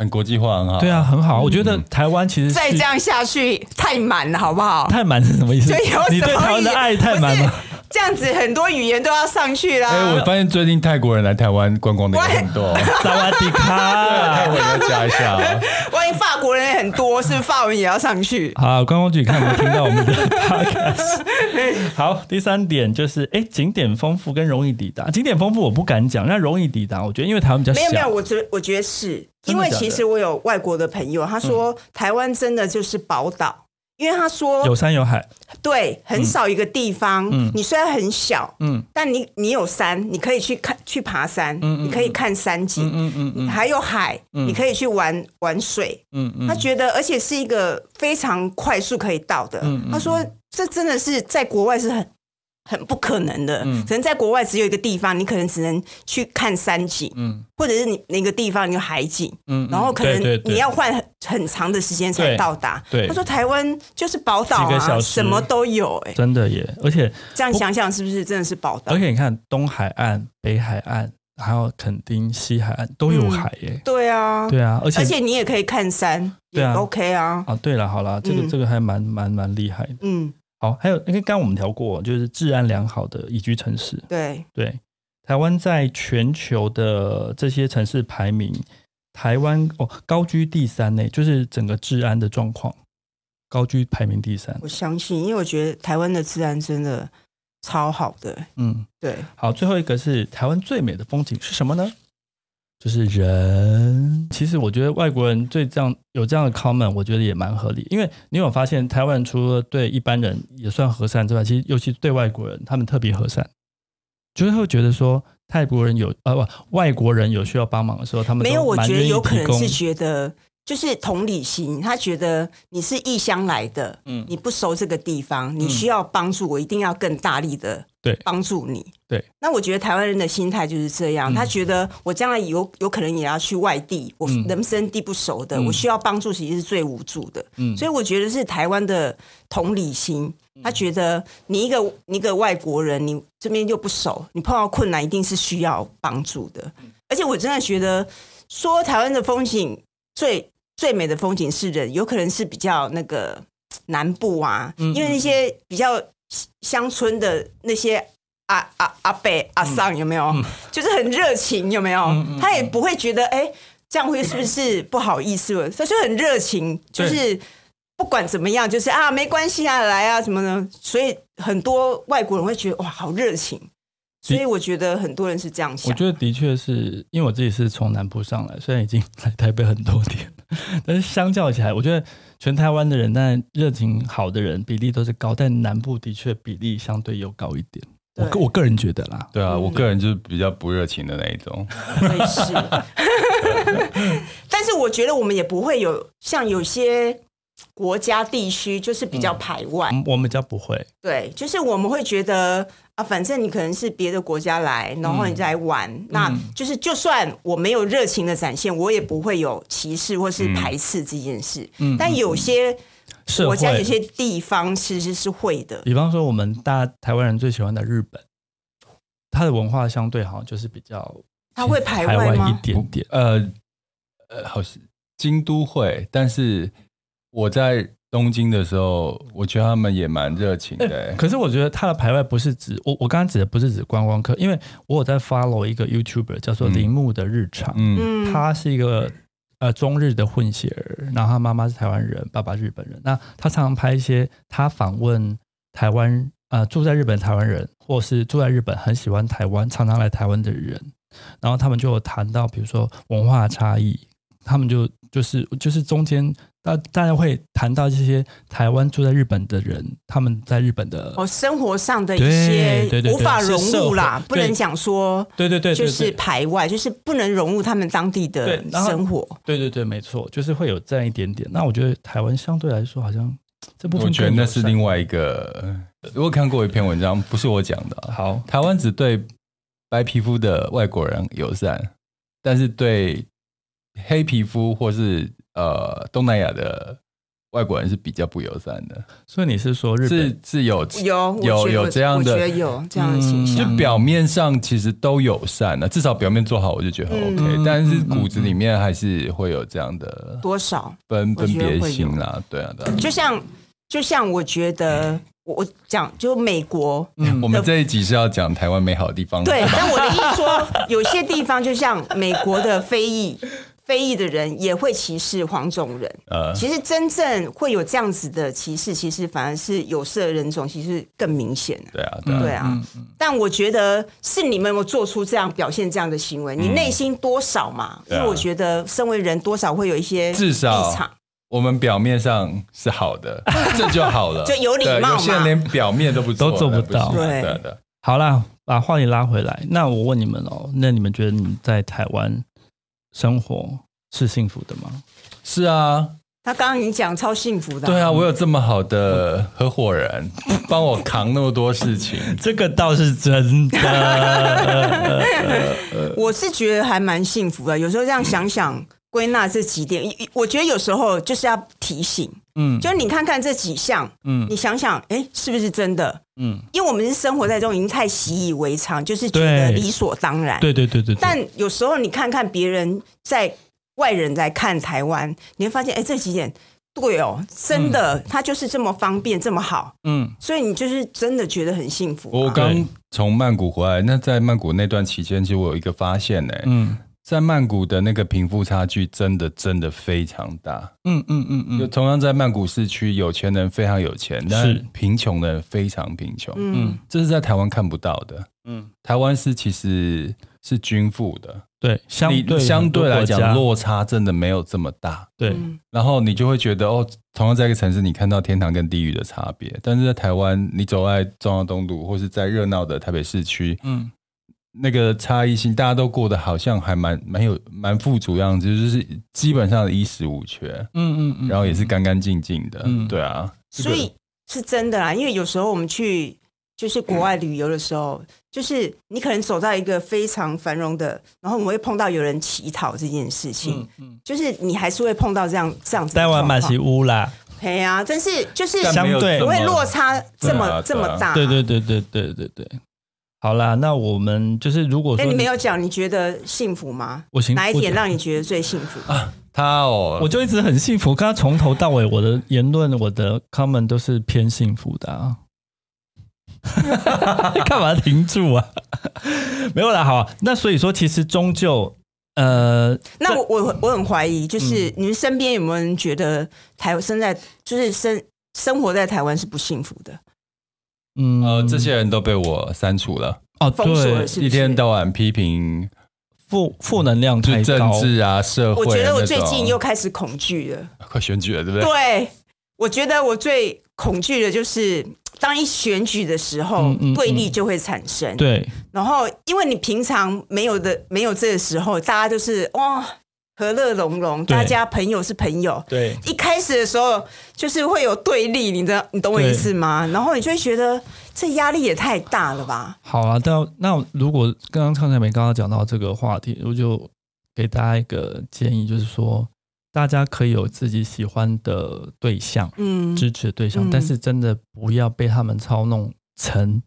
A: 很国际化，很好。
B: 对啊，，很好。我觉得
A: 嗯
B: 台湾其实是
C: 再这样下去太满了，好不好？
B: 太满是什 么意思
C: 所以有什么？
B: 你对台湾的爱太满
C: 不
B: 吗
C: 是？这样子很多语言都要上去啦。
A: 哎、我发现最近泰国人来台湾观光的也很 多，
B: 萨瓦迪卡
A: 泰。国人要加一下啊。
C: 万一法国人也很多，是不是法文也要上去？
B: 好，观光局看有没有听到我们 的 podcast。好，第三点就是，哎、景点丰富跟容易抵达。景点丰富我不敢讲，那容易抵达，我觉得因为台湾比呃较小，
C: 没有没有，我觉我觉得是
B: 真的
C: 因为
B: 假的嗯
C: 其实我有外国的朋友，他说台湾真的就是宝岛，因为他
B: 有
C: 说
B: 山有海，
C: 对，很少一个地方，
B: 嗯
C: 你虽然很小，
B: 嗯
C: 但你你有山，你可以去看去爬山，
B: 嗯嗯
C: 你可以看山景，
B: 嗯嗯嗯
C: 还有海，你可以去玩玩水。
B: 嗯嗯，
C: 他觉得，而且是一个非常快速可以到的。
B: 嗯嗯
C: 他说，这真的是在国外是很很不可能的。
B: 嗯
C: 可能在国外只有一个地方，你可能只能去看山景，
B: 嗯
C: 或者是你那个地方有海景，
B: 嗯
C: 然后可能
B: 对对对
C: 你要换很很长的时间才
B: 对
C: 到达。
B: 对
C: 他说台湾就是宝岛
B: 几个小
C: 啊，
B: 时
C: 什么都有、哎，
B: 真的耶，而且
C: 这样想想是不是真的是宝岛
B: 而？且你看东海岸、北海岸，还有垦丁、西海岸都有海耶、
C: 对啊，
B: 对啊，而且
C: 而且你也可以看山，也
B: 对啊
C: OK 啊，
B: 啊，对了，好啦，这个、
C: 嗯
B: 这个还蛮蛮蛮厉害的。
C: 嗯，
B: 好，还有那个刚刚我们聊过，就是治安良好的宜居城市。
C: 对，
B: 对，台湾在全球的这些城市排名，台湾哦高居第三呢，就是整个治安的状况高居排名第三。
C: 我相信，因为我觉得台湾的治安真的超好的，
B: 嗯，
C: 对，
B: 好，最后一个是台湾最美的风景是什么呢？就是人。其实我觉得外国人对这样有这样的 comment，我觉得也蛮合理。因为你有发现，台湾人除了对一般人也算和善之外，其实尤其对外国人，他们特别和善，就是会觉得说泰国人有呃不外国人有需要帮忙的时候，他们都
C: 没有，我
B: 蛮
C: 觉得
B: 愿意
C: 有可
B: 提
C: 能
B: 供
C: 是觉得就是同理心，他觉得你是异乡来的，
B: 嗯
C: 你不熟这个地方，你
B: 嗯
C: 需要帮助，我一定要更大力的
B: 对
C: 帮助你。
B: 对，
C: 那我觉得台湾人的心态就是这样，他觉得我将来有有可能也要去外地，我
B: 嗯
C: 人生地不熟的，
B: 嗯
C: 我需要帮助，其实是最无助的。
B: 嗯
C: 所以我觉得是台湾的同理心，他觉得你一个你一个外国人，你这边又不熟，你碰到困难一定是需要帮助的。
B: 嗯
C: 而且我真的觉得说台湾的风景最最美的风景是人，有可能是比较那个南部啊，
B: 嗯
C: 因为那些比较乡村的那些。阿阿阿
B: 嗯
C: 北阿桑有没有？就是很热情有没有？他
B: 嗯
C: 也不会觉得哎、这样会是不是不好意思了？他就很热情，就
B: 对
C: 是不管怎么样，就是啊，没关系啊，来啊，什么的。所以很多外国人会觉得哇，好热情。所以我觉得很多人是这样想
B: 我。觉得的确是因为我自己是从南部上来，虽然已经来台北很多年， 但是相较起来，我觉得全台湾的人，但热情好的人比例都是高，但南部的确比例相对又高一点。我
C: 对
B: 个我个人觉得啦，
A: 对啊，我个人就是比较不热情的那一种。
C: 我也 是，但是我觉得我们也不会有像有些国家地区就是比较排外，
B: 嗯我们比较不会，
C: 对，就是我们会觉得啊，反正你可能是别的国家来，然后你再来玩，
B: 嗯
C: 那就是就算我没有热情的展现，我也不会有歧视或是排斥这件事。嗯，但有些
B: 社
C: 国家有
B: 会。嗯
C: 些地方其实是会的，
B: 比方说，我们大台湾人最喜欢的日本，它的文化相对好像就是比较
C: 他会排
B: 台
C: 外
B: 湾一
C: 吗？
B: 点点。
A: 呃呃，好像京都会，但是我在东京的时候，我觉得他们也蛮热情的、欸
C: 呃
B: 可是我觉得他的排外不是指我，我刚刚指的不是指观光客，因为我有在 follow 一个 YouTuber 叫做
A: 嗯
B: 铃木的日常，
A: 嗯
C: 嗯，
B: 他是一个呃中日的混血儿，然后他妈妈是台湾人，爸爸日本人。那他常常拍一些他访问台湾呃住在日本的台湾人，或是住在日本很喜欢台湾、常常来台湾的人，然后他们就有谈到，比如说文化差异，他们就就是就是中间大大家会谈到这些台湾住在日本的人，他们在日本的。
C: 哦，生活上的一
B: 对
C: 些
B: 对对对
C: 无法融
B: 是社
C: 入
B: 会
C: 啦，不能
B: 对
C: 讲说
B: 对对对对
C: 就
B: 对，
C: 是排外，就是不能融入他们当地的
B: 对然后
C: 生活。
B: 对对对，没错，就是会有这样一点点。那我觉得台湾相对来说好像这部分
A: 我觉得那是另
B: 外
A: 外一个。我有看过一篇文章，不是我讲的啊、
B: 好，
A: 台湾只对白皮肤的外国人友善，但是对黑皮肤或是呃东南亚的外国人是比较不友善的，
B: 所以你是说日本
A: 是是有
C: 有
A: 有
C: 我觉得
A: 有这样的
C: 我觉得有这样的倾
B: 嗯
C: 向。
A: 就表面上其实都友善的、啊至少表面做好，我就觉得很 OK、
B: 嗯
A: 但是骨子里面还是会有这样的
C: 多少？
A: 分
C: 嗯我
A: 分
C: 觉得
A: 别
C: 会有
A: 心啦，对啊，对啊。
C: 就像就像我觉得我我讲就美国。
B: 嗯
A: 啊我们这一集是要讲台湾美好的地方，
C: 嗯对
A: 是，吧
C: 但我的意思说，有些地方就像美国的非裔，非裔的人也会歧视黄种人。
A: 呃，
C: 其实真正会有这样子的歧视，其实反而是有色人种，其实更明显。
A: 对啊，对啊，
C: 对啊，但我觉得是你们有没有做出这样表现这样的行为，你内心多少嘛？
A: 嗯
C: 因
A: 对
C: 为
A: 啊
C: 我觉得身为人多少会有一些
A: 至少
C: 立场，
A: 我们表面上是好 的，这就好了，
C: 就有礼
A: 对
C: 貌嘛
A: 有些人连表面都不啊
B: 都做不到
C: 对
A: 的的。
B: 好啦，把话题拉回来。那我问你们哦，那你们觉得你们在台湾生活是幸福的吗？
A: 是啊，
C: 他刚刚你讲超幸福的、
A: 对啊，我有这么好的合伙 人，帮我扛那么多事情，
B: 这个倒是真的。
C: 我是觉得还蛮幸福的。有时候这样想想，归纳这几点，一一我觉得有时候就是要提醒，
B: 嗯
C: 就你看看这几项，
B: 嗯
C: 你想想，哎，是不是真的？
B: 嗯，
C: 因为我们是生活在中，已经太习以为常，就是觉得
B: 对
C: 理所当然。
B: 对对对对，对
C: 但有时候你看看别人在外人来看台湾，你会发现，哎，这几点对哦，真的，它就是这么方便，这么好，
B: 嗯
C: 所以你就是真的觉得很幸福啊、
A: 我刚从曼谷回来，那在曼谷那段期间，其实我有一个发现呢、
B: 嗯
A: 在曼谷的那个贫富差距真的真的非常大。
B: 嗯嗯嗯
A: 就
B: 嗯，
A: 同样在曼谷市区，有钱人非常有钱，但
B: 是
A: 贫穷的人非常贫穷。
C: 嗯，
A: 这是在台湾看不到的。
B: 嗯，
A: 台湾是其实是均富的，
B: 对，相
A: 你
B: 对
A: 相对来
B: 很
A: 讲
B: 多国家
A: 落差真的没有这么大。
B: 对
C: 嗯
A: 然后你就会觉得哦，同样在一个城市，你看到天堂跟地狱的差别。但是在台湾，你走在中央东路，或是在热闹的台北市区，
B: 嗯
A: 那个差异性，大家都过得好像还蛮蛮有蛮富足样子，就是基本上衣食无缺，
B: 嗯嗯嗯，
A: 然后也是干干净净的。
B: 嗯
A: 对啊，这个
C: 所以是真的啦，因为有时候我们去就是国外旅游的时候，就是你可能走到一个非常繁荣的，然后我们会碰到有人乞讨这件事情，
B: 嗯嗯，
C: 就是你还是会碰到这样这样子的
B: 台湾马
C: 状
B: 西
C: 况。
B: 乌啦，
C: 哎呀，但是就是
A: 但没有
B: 相对
A: 这
C: 不
A: 么
C: 会落差这么、
A: 对啊
C: 这么大。
B: 对对对对对对对，好啦，那我们就是如果
C: 那
B: 说
C: 哎你没有讲，你觉得幸福吗？
B: 我行
C: 哪一点
B: 我
C: 让你觉得最幸福？
A: 他哦，
B: 我就一直很幸福，刚刚从头到尾我的言论、我的 comment 都是偏幸福的啊。 干嘛停住啊？ 没有啦，好，啊那所以说，其实终究，呃，
C: 那我我我很怀疑，就是你们身边有没有人觉得台生在就是生生活在台湾是不幸福的？
B: 嗯，
A: 呃，这些人都被我删除了，
B: 哦，
C: 封锁
B: 对
C: 了，是不是
A: 一天到晚批评
B: 负负能量
A: 就
B: 太
A: 政
B: 高，
A: 治啊、社会啊
C: 我
A: 那种。
C: 觉得我最近又开始恐惧了。
A: 快选举了，对不对？
C: 对，我觉得我最恐惧的就是当一选举的时候
B: 嗯嗯嗯，
C: 对立就会产生。
B: 对，
C: 然后因为你平常没有的，没有这个时候，大家就是哇、和乐融融，
B: 对
C: 大家朋友是朋友。
B: 对，
C: 一开始的时候就是会有对立，你知道，你懂我意思吗？然后你就会觉得这压力也太大了吧？
B: 好啊，但那如果刚刚康才梅刚刚讲到这个话题，我就给大家一个建议，就是说，大家可以有自己喜欢的对象，
C: 嗯，
B: 支持的对象，
C: 嗯
B: 但是真的不要被他们操弄成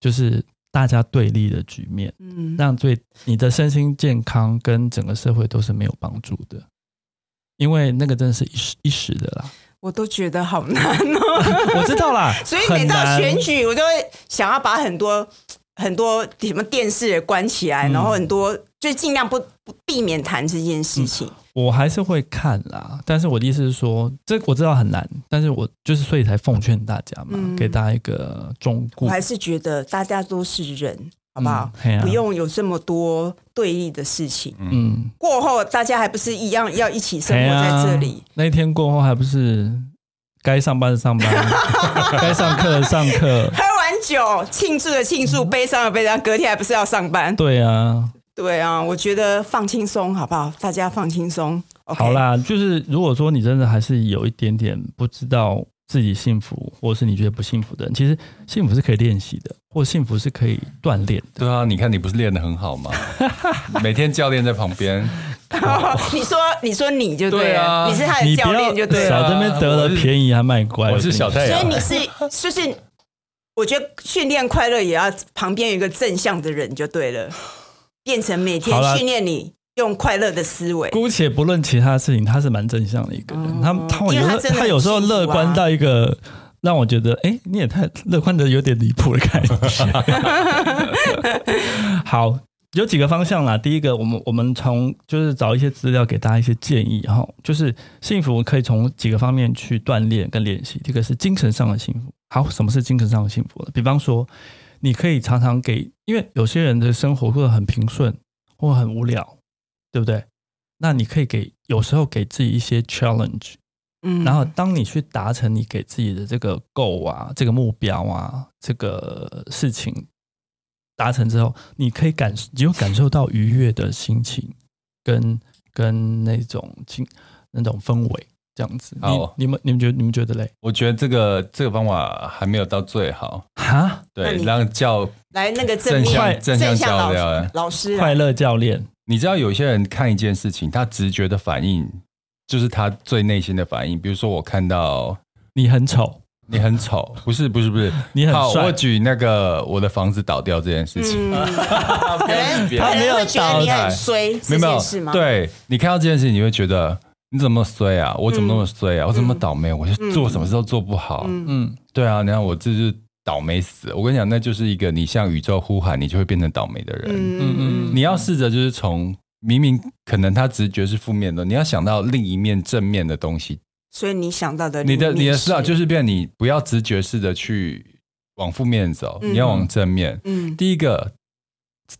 B: 就是大家对立的局面，
C: 嗯
B: 那样对你的身心健康跟整个社会都是没有帮助的。因为那个真的是一时一时的 啦，
C: 我都觉得好难哦。
B: 我知道啦，
C: 所以
B: 很
C: 每到
B: 难
C: 选举，我就会想要把很多很多什么电视也关起来，
B: 嗯
C: 然后很多就尽量不不避免谈这件事情。
B: 我还是会看啦，但是我的意思是说，这我知道很难，但是我就是所以才奉劝大家嘛，
C: 嗯
B: 给大家一个忠
C: 我
B: 告，嗯
C: 还是觉得大家都是人，好不好？
B: 嗯嘿啊
C: 不用有这么多对立的事情。
B: 嗯，
C: 过后大家还不是一样要一起生
B: 嘿
C: 活在
B: 啊
C: 这里？
B: 那一天过后，还不是该上班的上班， 该上课的上课，
C: 喝完酒庆祝的庆祝，悲伤的悲伤，隔天还不是要上班？
B: 对啊，
C: 对啊，我觉得放轻松好不好？大家放轻松。o k
B: 好，啦，就是如果说你真的还是有一点点不知道自己幸福，或是你觉得不幸福的人，其实幸福是可以练习的，或幸福是可以锻炼的。
A: 对啊，你看你不是练得很好吗？每天教练在旁边，
C: 你说你说你就对
A: 对
C: 了，
A: 啊
C: 你是他的
B: 你
C: 教
B: 不要
C: 练就对了。
B: 少这边得了便宜还卖乖，
A: 我是小太
C: 所以
A: 阳
C: 你。是 就是，我觉得训练快乐也要旁边有一个正向的人就对了，变成每天
B: 好啦
C: 训练你用快乐的思维。
B: 姑且不论其他事情，他是蛮正向的一个
C: 哦
B: 人。他他有
C: 嗯因为
B: 时
C: 他
B: 候
C: 真的
B: 他有时候
C: 很幸福啊
B: 乐观到一个让我觉得，哎、你也太乐观的有点离谱的感觉。 好，有几个方向啦。第一个，我们我们从就是找一些资料给大家一些建议哈，就是幸福可以从几个方面去锻炼跟练习。第一个是精神上的幸福。好，什么是精神上的幸福呢？比方说，你可以常常给，因为有些人的生活会很平顺或很无聊，对不对？那你可以给有时候给自己一些 challenge，
C: 嗯
B: 然后当你去达成你给自己的这个 goal 啊、这个目标啊、这个事情达成之后，你可以感你有感受到愉悦的心情，跟跟那种情那种氛围这样子。
A: 好
B: 你你们你们觉得你们觉得嘞？
A: 我觉得这个这个方法还没有到最好，
B: 哈，
C: 那
A: 对，
C: 你
A: 让教
C: 来那个
A: 正
C: 正面
A: 向正向哎教
C: 老师
A: 练。
C: 老师啊
B: 快乐教练，
A: 你知道有些人看一件事情，他直觉的反应就是他最内心的反应。比如说，我看到
B: 你很丑，
A: 你很丑，不是不是不是，
B: 你很
A: 好，
B: 帅
A: 我举那个我的房子倒掉这件事情，
C: 嗯，
A: 不
C: 可
A: 要
C: 能
A: 比别人
C: 可
B: 他没有
C: 能会觉得你
A: 倒
C: 很
A: 带
C: 衰，
A: 没
C: 这
A: 有没
C: 件
A: 有
C: 事吗？，嗯
A: 对你看到这件事情，你会觉得嗯你怎么那么衰啊？我怎么那么衰啊？我怎么那么倒霉？我就做什么事都做不好。
C: 嗯
B: 嗯，
A: 对啊，你看我这就是倒霉死了。我跟你讲，那就是一个你向宇宙呼喊，你就会变成倒霉的人。
C: 嗯
B: 嗯嗯
A: 你要试着就是从明明可能他直觉是负面的，你要想到另一面正面的东西。
C: 所嗯以你想到的
A: 你的
C: 里面
A: 你的思考就是是变，你不要直觉式的去往负面走，
C: 嗯
A: 你要往正面。
C: 嗯
A: 第一个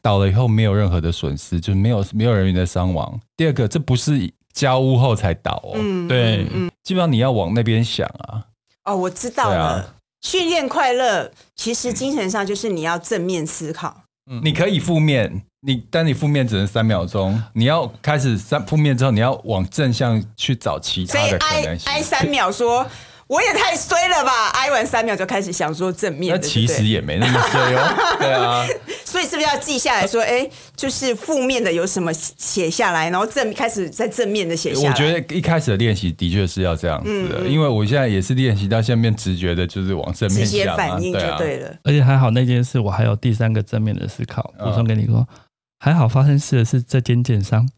A: 倒了以后没有任何的损失，就是没有没有人员的伤亡。第二个，这不是交屋后才倒哦，
C: 嗯
B: 对
C: 嗯嗯
A: 基本上你要往那边想啊。
C: 哦，我知道
A: 对
C: 了。
A: 啊
C: 训练快乐，其实精神上就是你要正面思考。
A: 你可以负面，你但你负面只能三秒钟，你要开始三负面之后，你要往正向去找其
C: 所
A: 他
C: 以
A: 的可
C: 挨
A: 能性
C: 挨。三秒说，我也太衰了吧！ 挨完三秒就开始想说正面
A: 那
C: 的，
A: 其
C: 对
A: 实
C: 不
A: 也没那么衰 哦，对啊，
C: 对所以是不是要记下来说，哎，就是负面的有什么写下来，然后正开始在正面的写下来。嗯
A: 我觉得一开始的练习的确是要这样子的，因为我现在也是练习到下面直觉的，就是往正
C: 直
A: 面
C: 接
A: 想啊，
C: 反应就
A: 啊，
C: 对了。
B: 而且还好那件事，我还有第三个正面的思考，
A: 嗯
B: 补充给你说，还好发生事的是这间建商，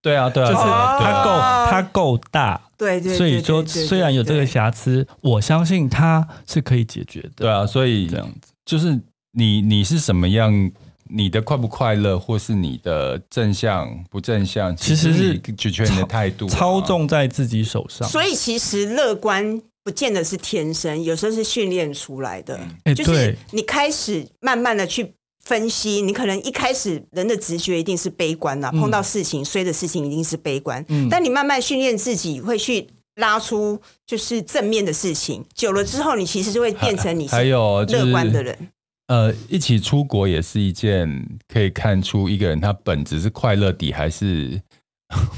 A: 对啊，对啊，
B: 就是
A: 对啊
B: 它够
C: 哦
B: 它够大，
C: 对对，
B: 所以
C: 对
B: 说
C: 对对
B: 虽然有这个
C: 对
B: 瑕疵，我相信它是可以解决的。
A: 对啊，所以
B: 这样子，
A: 就是你你是什么样，你的快不快乐，或是你的正向不正向，
B: 其实是
A: 你取决于你的态度啊、
B: 操纵在自己手上。
C: 所以其实乐观不见得是天生，有时候是训练出来的。
B: 哎
C: 就是
B: 对
C: 你开始慢慢的去分析，你可能一开始人的直觉一定是悲观
A: 嗯
C: 啦，碰到事情衰的事情一定是悲观。但你慢慢训练自己，会去拉出就是正面的事情，久了之后，你其实就会变成 你
A: 还
C: 是
A: 有就是
C: 乐观的人。
A: 呃，一起出国也是一件可以看出一个人他本质是快乐底还是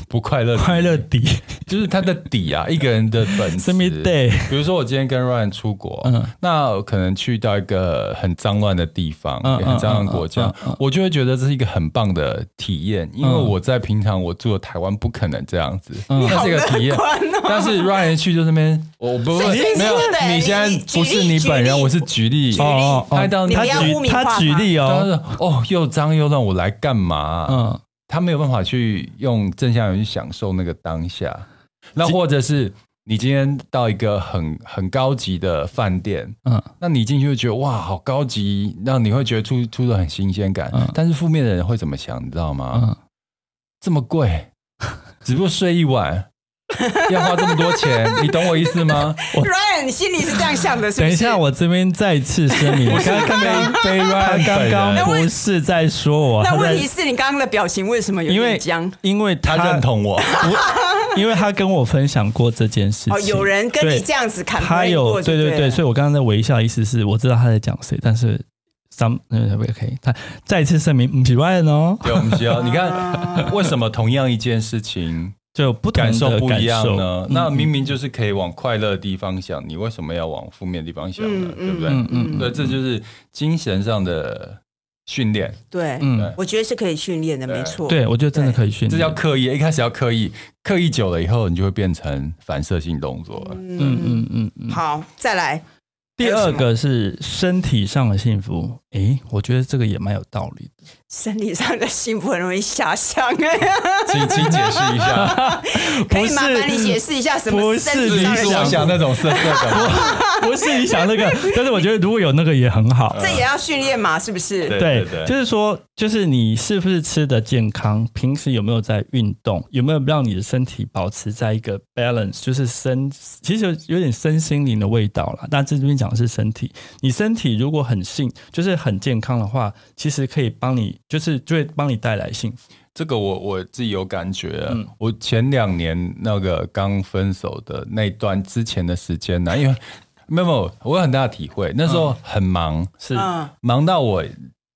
A: 不快乐底，
B: 快乐底
A: 就是他的底啊，一个人的本质。
B: ，semi day，
A: 比如说我今天跟 Ryan 出国，
B: 嗯
A: 那我可能去到一个很脏乱的地方，
B: 嗯
A: 也很脏乱的
B: 嗯
A: 国家，
B: 嗯嗯嗯
A: 我就会觉得这是一个很棒的体验，因为
B: 嗯
A: 我在平常我住的台湾不可能这样子，
B: 嗯
A: 那是一个体验
C: 好。乐观哦
A: 但是 Ryan 去就是那边，我我不
C: 所
A: 会
C: 以
A: 没有
C: 是的，
A: 你现在
C: 你
A: 不是你本
C: 举
A: 人，
C: 例
A: 我是举例
C: 举例
B: 哦哦
A: 拍到
C: 你
B: 他
C: 不要
B: 举
C: 污名化
B: 他
C: 他
B: 举例
A: 他
B: 哦，
A: 是哦又脏又乱，我来干嘛、
B: 嗯，
A: 他没有办法去用正向人去享受那个当下。那或者是你今天到一个很很高级的饭店，
B: 嗯，
A: 那你进去就觉得哇，好高级，那你会觉得出出的很新鲜感。
B: 嗯
A: 但是负面的人会怎么想，你知道吗？
B: 嗯
A: 这么 贵，只不过睡一晚，要花这么多钱，你懂我意思 吗？
C: Ryan，你心里是这样想的，是不
B: 等
C: 是？
B: 一下，我这边再次声明，我刚刚刚
A: 非
B: 他
A: 乱
B: 刚
A: 本
B: 刚
A: 人
B: 不是在说我，
C: 那
B: 他
C: 问
B: 在
C: 题是你刚刚的表情为什么有
B: 因为
C: 点僵？
B: 因为
A: 他认同我，
B: 我， 因为他跟我分享过这件事情，
C: 哦，有人跟你
B: 对
C: 这样子砍
B: 他有对
C: 对
B: 对对，所
C: 以
B: 以我刚刚在微笑，意思是我知道他在讲谁，但是 some 呃 OK，他再次声明不是 Ryan 哦，
A: 对，我们需要你看，为什么同样一件事情
B: 就有不同的
A: 感受不一样
B: 感受嗯
A: 呢？那明明就是可以往快乐的地方想，你为什么要往负面的地方想呢？
C: 嗯
A: 对不对？
B: 嗯嗯嗯
A: 对，这就是精神上的训练，
C: 对，
B: 嗯，
C: 我觉得是可以训练的，
A: 对
C: 没错。
B: 对，我觉得真的可以训
A: 这叫
B: 练，
A: 刻意。一开始要刻意，刻意久了以后，你就会变成反射性动作了。
B: 嗯
C: 嗯
B: 嗯嗯嗯
C: 嗯，。好，再来
B: 第二个是身体上的幸福，诶，我觉得这个也蛮有道理的。
C: 身体上的幸福很容易遐 想，哎，
A: 请请解释一下，
C: 可以麻烦你解释一下什
B: 不
C: 么
B: 是
C: 身体
A: 你
C: 上的
A: 是我
C: 幸福？
A: 想那种色色感。
B: 不是你想那个，但是我觉得如果有那个也很好。
C: 这也要训练嘛，是不是？
B: 对
A: 对对，
B: 就是说，就是你是不是吃的健康，平时有没有在运动，有没有让你的身体保持在一个 balance，就是身，其实有有点身心灵的味道啦。但这边讲的是身体，你身体如果很幸，就是很健康的话，其实可以帮你，就是就会帮你带来幸福。
A: 这个我我自己有感觉。啊
B: 嗯
A: 我前两年那个刚分手的那段之前的时间呢、因为没有没有，我有很大的体会。那时候很忙，
B: 嗯是，
C: 嗯，
A: 忙到我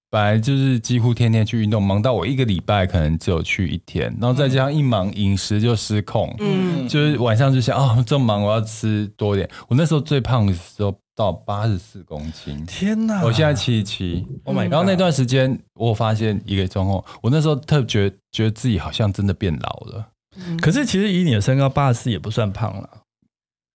A: 本来就是几乎天天去运动，忙到我一个礼拜可能只有去一天，然后
B: 嗯
A: 再加上一忙饮食就失控，
C: 嗯
A: 就是晚上就想哦，这么忙我要吃多一点。我那时候最胖的时候到八十四公斤，
B: 天哪！
A: 我现在七十七。
B: ，Oh my，
A: 然后那段时间，我有发现一个状况，我那时候特觉觉得自己好像真的变老了，
B: 可是其实以你的身高八十四也不算胖了，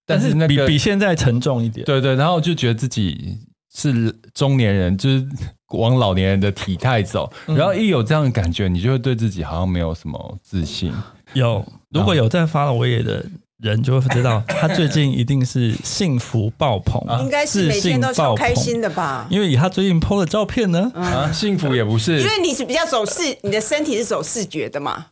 A: 但是那
B: 比
A: 个
B: 比现在沉重一点。
A: 对对，然后就觉得自己是中年人，就是往老年人的体态走，然后一有这样的感觉，你就会对自己好像没有什么自信。
B: 有，如果有在发了我也的人就会知道，他最近一定是幸福爆棚，
C: 应该是
B: 自
C: 每天
B: 信
C: 都超
B: 爆
C: 开
B: 棚
C: 心的嗯吧？
B: 因为以他最近 PO 的照片呢，
A: 啊，幸福也不是
C: 因，为你是比较走视，你的身体是走视觉的嘛，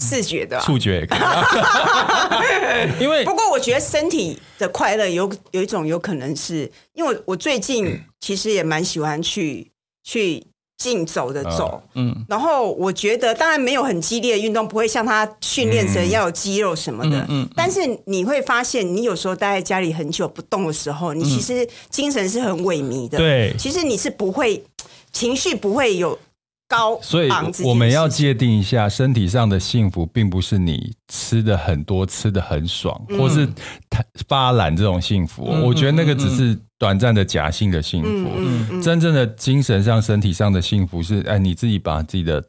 C: 视觉的
A: 嗯
C: 啊、
A: 触觉也可以。
B: 因为
C: 不过我觉得身体的快乐有有一种有可能是因为我我最
B: 嗯
C: 近其实也蛮喜欢去去竞走的走，
B: 嗯，
C: 然后我觉得当然没有很激烈的运动，不会像他训练成要有肌肉什么的，
B: 嗯嗯嗯
C: 但是你会发现，你有时候待在家里很久不动的时候，你其实精神是很萎靡的，
B: 嗯对
C: 其实你是不会情绪不会有高昂
A: 所以
C: 这件
A: 我们要
C: 事情
A: 界定一下，身体上的幸福并不是你吃的很多、吃的很爽，
B: 嗯
A: 或是贪发懒这种幸福。我觉得那个只
B: 嗯
A: 是短暂的假性的幸福，真正的精神上、身体上的幸福是，哎，你自己把自己的。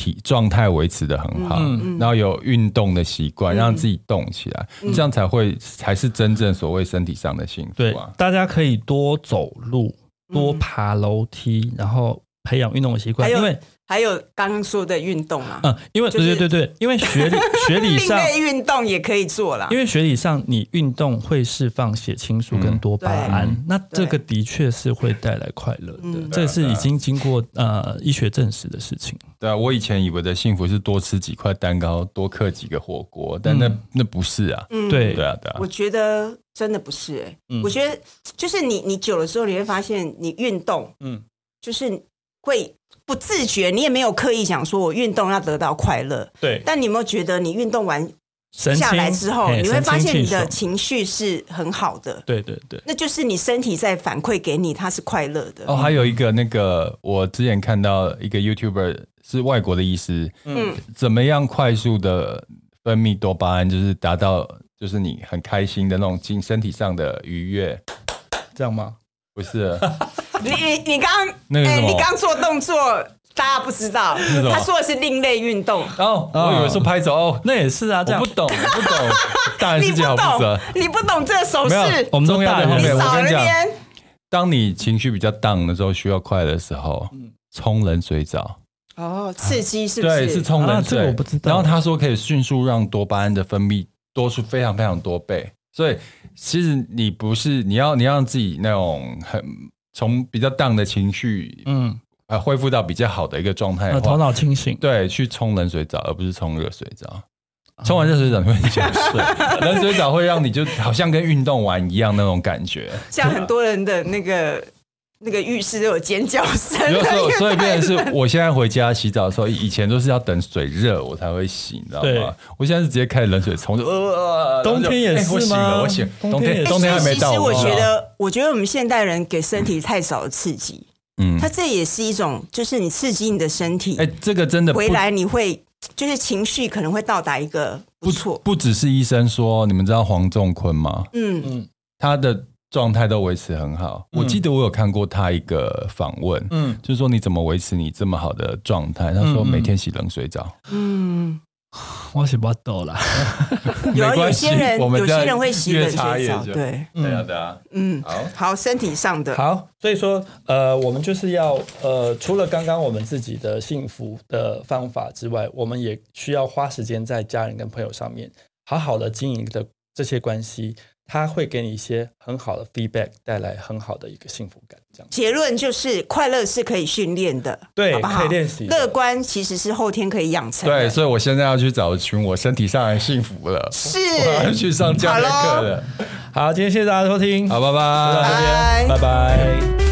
A: 体状态维持的很好，
B: 嗯
A: 然后有运动的习惯，让自己动起来，这样才会才是真正所谓身体上的幸
B: 对
A: 福啊，！
B: 大家可以多走路，多爬楼梯，然后培养运动的习
C: 嗯
B: 惯，
C: 还有
B: 因为
C: 还有刚刚说的运动啊，
B: 嗯，因为
C: 就
B: 对
C: 是
B: 对对对，因为 学理学理
C: 另
B: 上。
C: 类运动也可以做啦
B: 因。为学理上，你运动会释放血清素跟多巴胺，那这个的确是会带来快乐的，
C: 嗯
B: 这是已经经过呃医学证实的事情。
A: 对啊，我以前以为的幸福是多吃几块蛋糕，多嗑几个火锅，但那、那不是啊。
C: 嗯
B: 对
A: 对啊，对啊
C: 我，觉得真的不是、欸，
B: 嗯
C: 我觉得就是你你久了之后，你会发现你运动，
B: 嗯
C: 嗯，就是会不自觉，你也没有刻意想说我运动要得到快乐，
B: 对，
C: 但你有没有觉得你运动完
B: 神
C: 下来
B: 清
C: 之后，
B: 嘿
C: 你会
B: 神
C: 发
B: 清
C: 现你
B: 气
C: 的
B: 爽
C: 情绪是很好的，
B: 对对对，
C: 那就是你身体在反馈给你，它是快乐的。
A: 哦，还有一个那个，我之前看到一个 YouTuber 是外国的医师，嗯
C: 嗯，
A: 怎么样快速的分泌多巴胺，就是达到就是你很开心的那种精身体上的愉悦，
B: 这样吗？
A: 不是？
C: 你你你刚刚
A: 那个是什么
C: 你刚做动作，大家不知道，
A: 么
C: 他说的是另类运动。
A: 哦，我以为说拍手哦，
B: 那也是啊，这
A: 我
B: 样
A: 不懂，我不懂，大人
C: 你
A: 世
C: 不
A: 界好负责
C: 懂。，你不懂这个手
A: 没
C: 势
A: 有，，
B: 我们都
A: 重要
B: 大
A: 在后
B: 人
C: 你
B: 对
A: 面。我
C: 少
A: 跟你
C: 了
A: 讲，
C: 边。
A: 当你情绪比较 down 的时候，需要快乐的时候，冲冷水澡，
C: 哦，刺激是不是？
A: 啊对，是冲冷
B: 啊
A: 水。
B: 这个我不知道
A: 然后他说可以迅速让多巴胺的分泌多出非常非常多倍，所以其实你不是你要你要让自己那种很从比较 down 的情绪
B: 嗯，
A: 呃恢复到比较好的一个状态
B: 呃
A: 的
B: 头
A: 话，
B: 脑清醒，
A: 对，去冲冷水澡，而不是冲热水澡。
B: 啊
A: 冲完热水澡你会很想睡，冷水澡会让你就好像跟运动完一样那种感觉。
C: 像很多人的那个那个浴室都有尖叫声，
A: 有时 候，所以
C: 因为
A: 变成是我现在回家洗澡的时候，以前都是要等水热我才会洗，你知道
B: 对
A: 吗？我现在是直接开冷水冲，就呃，
B: 冬天也
A: 然后就哎我
B: 是
A: 醒了，
B: 吗
A: 我醒了，冬
B: 冬天
A: 天
B: 也是
A: 冬天还没到，嗯
C: 哎其实我
A: 不知道
C: 觉，得，我觉得我们现代人给身体太少的刺激，
A: 嗯
C: 它，这也是一种，就是你刺激你的身体，
A: 哎，这个真的不
C: 回来你会就是情绪可能会到达一个不错，
A: 不只是医生说，你们知道黄仲坤吗？
C: 嗯
A: 他的状态都维持很好。我记得我有看过他一个访问，
B: 嗯
A: 就是说你怎么维持你这么好的状态？他说
B: 嗯嗯
A: 每天洗冷水澡，
C: 嗯，
B: 我是不抖啦。
C: 有啊
A: 没关
C: 有
A: 系
C: 些人
A: 我们
C: 有
A: 这
C: 些
A: 样
C: 人会洗
A: 越
C: 冷
A: 差
C: 水
A: 越
C: 澡，
A: 久
C: 对，
A: 对啊对啊，
C: 嗯，
A: 好。
C: 好，身体上的，
B: 好，所以说，呃，我们就是要，呃，除了刚刚我们自己的幸福的方法之外，我们也需要花时间在家人跟朋友上面，好好的经营的这些关系，它会给你一些很好的 feedback，带来很好的一个幸福感，这样。
C: 结论就是快乐是可以训练的，
B: 对
C: 好不好
B: 可以练习的
C: 乐观其实是后天可以养成的。
A: 对，所以我现在要去找寻我身体上的幸福了， 我要
C: 是，
A: 去上教练课了。
B: 好，今天谢谢大家收听，
A: 好，拜
B: 就到
A: 拜
B: 这。边，拜拜